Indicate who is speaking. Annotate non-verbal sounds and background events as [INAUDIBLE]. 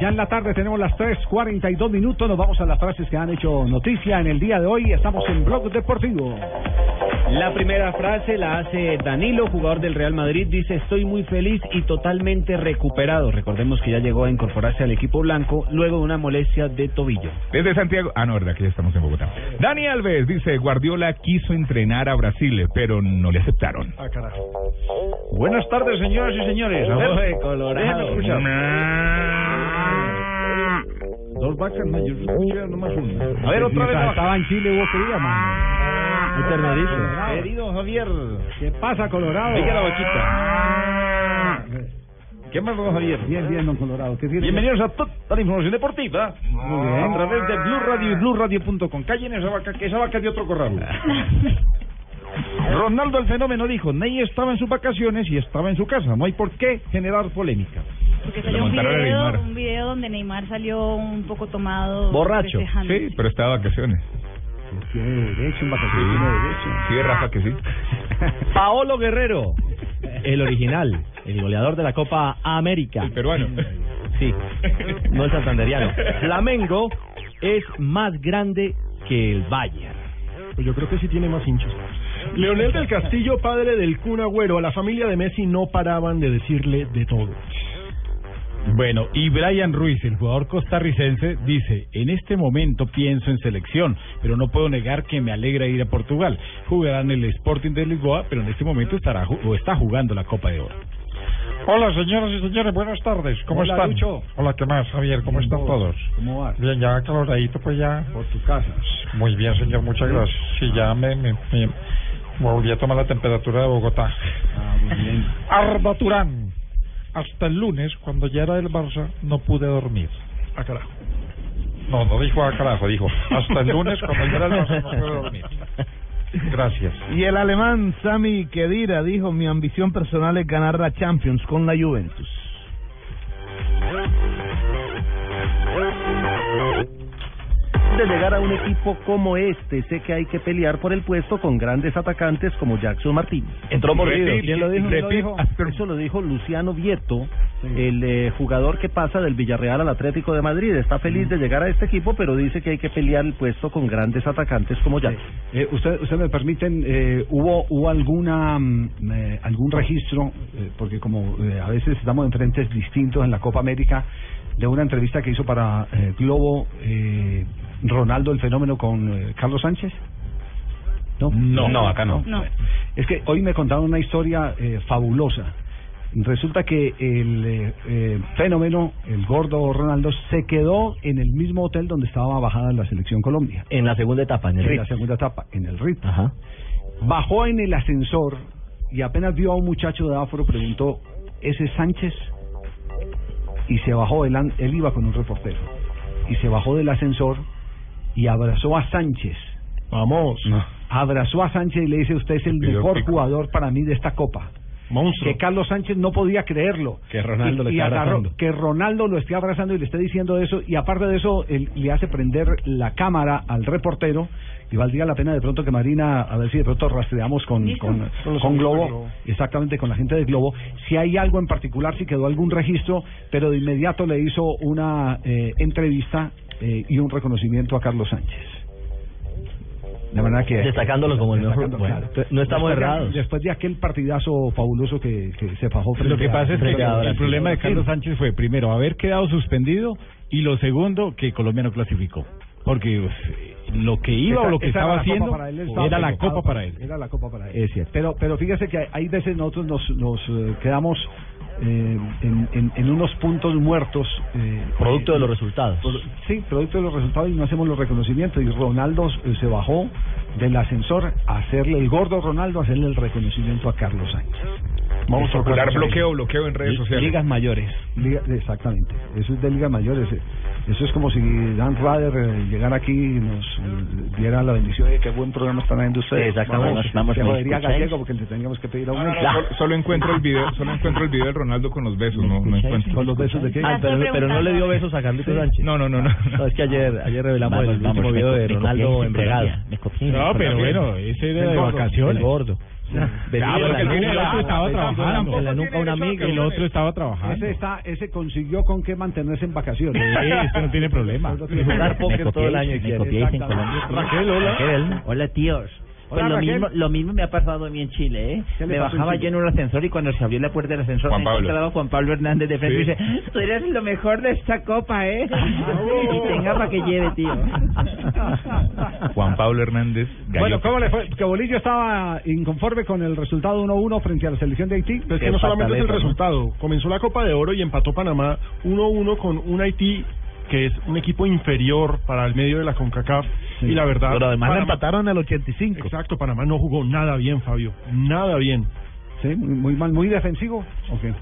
Speaker 1: Ya en la tarde tenemos las 3.42 minutos, nos vamos a las frases que han hecho noticia en el día de hoy, estamos en Blog Deportivo.
Speaker 2: La primera frase la hace Danilo, jugador del Real Madrid, dice estoy muy feliz y totalmente recuperado. Recordemos que ya llegó a incorporarse al equipo blanco luego de una molestia de tobillo.
Speaker 3: Desde Santiago, ah no, verdad que ya estamos en Bogotá. Dani Alves dice Guardiola quiso entrenar a Brasil, pero no le aceptaron.
Speaker 1: Ah, carajo. Buenas tardes, señoras y señores. A
Speaker 2: Ojo
Speaker 1: ver,
Speaker 2: de Colorado.
Speaker 1: déjenme Dos vacas mayores, nomás una. A ver, otra vez. Estaba en Chile, vos
Speaker 2: Ah.
Speaker 1: querías, mano.
Speaker 2: Querido Javier.
Speaker 1: ¿Qué pasa, Colorado?
Speaker 2: Oiga la vaquita.
Speaker 1: ¿Qué más, Javier? Bien, bien, don Colorado. ¿Qué tiene?
Speaker 2: Bienvenidos a toda la información deportiva.
Speaker 1: Muy bien.
Speaker 2: A través de Blue Radio y BlueRadio.com. Callen esa vaca, que esa vaca es de otro corral. Ronaldo el fenómeno dijo, Ney estaba en sus vacaciones y estaba en su casa. No hay por qué generar polémica.
Speaker 4: Porque
Speaker 3: Lo
Speaker 4: salió un
Speaker 3: montaron a
Speaker 4: video,
Speaker 3: Neymar.
Speaker 4: un video donde Neymar salió un poco tomado.
Speaker 2: Borracho.
Speaker 4: festejando.
Speaker 3: Sí, pero está de vacaciones.
Speaker 1: Tiene derecho, en vacaciones tiene derecho.
Speaker 3: Sí, Rafa que sí.
Speaker 2: Paolo Guerrero, el original, el goleador de la Copa América.
Speaker 3: El peruano.
Speaker 2: Sí, no el santanderiano. Flamengo es más grande que el Bayern.
Speaker 5: Pues yo creo que sí tiene más hinchas. Leonel del Castillo, padre del Kun Agüero, a la familia de Messi no paraban de decirle de todo.
Speaker 6: Bueno, y Brian Ruiz, el jugador costarricense, dice, en este momento pienso en selección, pero no puedo negar que me alegra ir a Portugal. Jugará en el Sporting de Lisboa, pero en este momento estará ju- o está jugando la Copa de Oro.
Speaker 7: Hola, señoras y señores, buenas tardes. ¿Cómo
Speaker 1: Hola,
Speaker 7: están?
Speaker 1: Lucho.
Speaker 7: Hola, ¿qué más, Javier? ¿Cómo
Speaker 1: Bien,
Speaker 7: están
Speaker 1: vos.
Speaker 7: todos?
Speaker 1: ¿Cómo vas?
Speaker 7: Bien, ya acaloradito, pues ya.
Speaker 1: Por tu casa.
Speaker 7: Muy bien, señor, muchas gracias. Sí, ya me, me, me volví a tomar la temperatura de Bogotá.
Speaker 1: Ah, muy bien.
Speaker 7: Arda Turán. Hasta el lunes, cuando ya era del Barça, no pude dormir.
Speaker 5: Ah, carajo.
Speaker 7: No, no dijo a carajo, dijo hasta el lunes, cuando ya era del Barça, no pude dormir. Gracias.
Speaker 8: Y el alemán Sami Khedira dijo, mi ambición personal es ganar la Champions con la Juventus. De llegar a un equipo como este, sé que hay que pelear por el puesto con grandes atacantes como Jackson Martínez.
Speaker 2: Entró mordido.
Speaker 3: Repeat,
Speaker 2: ¿Quién lo dijo?
Speaker 3: repeat after-
Speaker 8: Eso lo dijo Luciano Vieto, el eh, jugador que pasa del Villarreal al Atlético de Madrid. Está feliz de llegar a este equipo, pero dice que hay que pelear el puesto con grandes atacantes como Jackson.
Speaker 1: Eh, usted, usted me permiten, eh, hubo, hubo alguna mm, eh, algún registro, eh, porque como eh, a veces estamos en frentes distintos en la Copa América, de una entrevista que hizo para eh, Globo eh, Ronaldo el fenómeno con eh, Carlos Sánchez. No,
Speaker 6: No, no, acá no.
Speaker 4: No.
Speaker 1: Es que hoy me contaron una historia eh, fabulosa. Resulta que el eh, eh, fenómeno, el gordo Ronaldo, se quedó en el mismo hotel donde estaba bajada la selección Colombia,
Speaker 2: En la segunda etapa, en el
Speaker 1: en la
Speaker 2: Ritz.
Speaker 1: segunda etapa, en el ritmo
Speaker 2: Ajá.
Speaker 1: Bajó en el ascensor y apenas vio a un muchacho de afro, preguntó, ¿ese es Sánchez? Y se bajó, él, an- él iba con un reportero, y se bajó del ascensor y abrazó a Sánchez.
Speaker 5: Vamos,
Speaker 1: Abrazó a Sánchez y le dice, usted es el
Speaker 3: Pidió
Speaker 1: mejor
Speaker 3: pico.
Speaker 1: jugador para mí de esta copa.
Speaker 5: monstruo.
Speaker 1: Que Carlos Sánchez no podía creerlo.
Speaker 6: Que Ronaldo
Speaker 1: Y-
Speaker 6: lo
Speaker 1: y
Speaker 6: esté
Speaker 1: agarró-
Speaker 6: abrazando.
Speaker 1: Que Ronaldo lo esté abrazando y le esté diciendo eso. Y aparte de eso, él le hace prender la cámara al reportero. Y valdría la pena de pronto que Marina, a ver si de pronto rastreamos con,
Speaker 4: ¿Listo?
Speaker 1: con, con Globo, exactamente con la gente de Globo, si hay algo en particular, si quedó algún registro, pero de inmediato le hizo una eh, entrevista eh, y un reconocimiento a Carlos Sánchez. De manera que.
Speaker 2: Destacándolo como el mejor.
Speaker 1: Destacando,
Speaker 2: Bueno, pues,
Speaker 1: claro.
Speaker 2: no estamos
Speaker 1: Después de-
Speaker 2: errados.
Speaker 1: después de aquel partidazo fabuloso que, que se fajó frente
Speaker 6: Lo que
Speaker 1: a-
Speaker 6: pasa es que
Speaker 1: frente a
Speaker 6: el
Speaker 1: Brasil.
Speaker 6: problema de Carlos Sánchez fue, primero, haber quedado suspendido y lo segundo, que Colombia no clasificó. Porque pues, lo que iba
Speaker 1: Esa-
Speaker 6: o lo que
Speaker 1: esa era
Speaker 6: estaba
Speaker 1: la copa
Speaker 6: haciendo
Speaker 1: para él, él estaba
Speaker 6: era la
Speaker 1: convocado
Speaker 6: copa para él.
Speaker 1: Era la copa para él. Es cierto. Pero, pero fíjese que hay- hay veces nosotros nos, nos eh, quedamos eh, en, en, en unos puntos muertos. eh,
Speaker 2: Producto de
Speaker 1: eh,
Speaker 2: los resultados.
Speaker 1: Por- Sí, producto de los resultados y no hacemos los reconocimientos. Y Ronaldo eh, se bajó del ascensor a hacerle, el gordo Ronaldo, a hacerle el reconocimiento a Carlos Sánchez.
Speaker 3: Vamos a procurar
Speaker 1: Carlos Sánchez.
Speaker 3: bloqueo, bloqueo en redes sociales.
Speaker 6: Ligas mayores.
Speaker 1: Liga- exactamente, eso es de Liga Mayores. eh. Eso es como si Dan Rader eh, llegara aquí y nos eh, diera la bendición de qué buen programa están haciendo ustedes.
Speaker 2: Exactamente,
Speaker 1: Vamos,
Speaker 2: estamos
Speaker 1: se
Speaker 2: en
Speaker 1: jodería
Speaker 2: escucháis.
Speaker 1: gallego porque le teníamos que pedir a
Speaker 3: No,
Speaker 1: uno.
Speaker 3: no, no, solo, solo encuentro el video, solo encuentro el video de Ronaldo con los besos, no, no encuentro.
Speaker 1: Con los besos de qué.
Speaker 2: Ah, pero, pero no le dio besos a Carlito Sánchez.
Speaker 3: No, no, no, no.
Speaker 2: No, es que ayer, ayer revelamos el último video de Ronaldo en Bregada.
Speaker 6: No, pero bueno, ese era de
Speaker 1: gordo.
Speaker 6: vacaciones.
Speaker 2: El gordo.
Speaker 9: Ah, pero que el que el otro estaba trabajando.
Speaker 6: En la nuca una amiga. El otro
Speaker 3: [LAUGHS]
Speaker 6: estaba trabajando.
Speaker 1: Ese, está, ese consiguió con qué mantenerse en vacaciones.
Speaker 6: Sí,
Speaker 1: [LAUGHS]
Speaker 6: este no tiene problema.
Speaker 1: Y
Speaker 6: [LAUGHS]
Speaker 1: jugar
Speaker 6: póker todo el año.
Speaker 8: Me copiáis en Colombia.
Speaker 7: Raquel, hola.
Speaker 8: Hola, tíos. Pues
Speaker 1: Hola,
Speaker 8: lo,
Speaker 1: Raquel.
Speaker 8: mismo, lo mismo me ha pasado a mí en Chile, ¿eh?
Speaker 1: ¿Qué le
Speaker 8: Me
Speaker 1: pasó en
Speaker 8: bajaba
Speaker 1: Chile?
Speaker 8: yo en un ascensor y cuando se abrió la puerta del ascensor
Speaker 9: Juan
Speaker 8: me
Speaker 9: Pablo.
Speaker 8: encontraba Juan Pablo Hernández de frente y dice, tú eres lo mejor de esta
Speaker 1: [LAUGHS]
Speaker 8: copa, ¿eh? y tenga para que lleve, tío.
Speaker 9: Juan Pablo Hernández Gallo.
Speaker 1: Bueno, ¿cómo le fue? Que Bolillo estaba inconforme con el resultado 1-1 frente a la selección de Haití. Pues,
Speaker 7: Pero es que no solamente es el resultado. Comenzó la Copa de Oro y empató Panamá 1-1 con un Haití que es un equipo inferior para el medio de la CONCACAF. Y la verdad.
Speaker 10: Pero además la
Speaker 7: Panamá-
Speaker 10: empataron al 85.
Speaker 7: Exacto, Panamá no jugó nada bien, Fabio. Nada bien.
Speaker 1: Sí, muy, muy mal, muy defensivo. ¿o qué?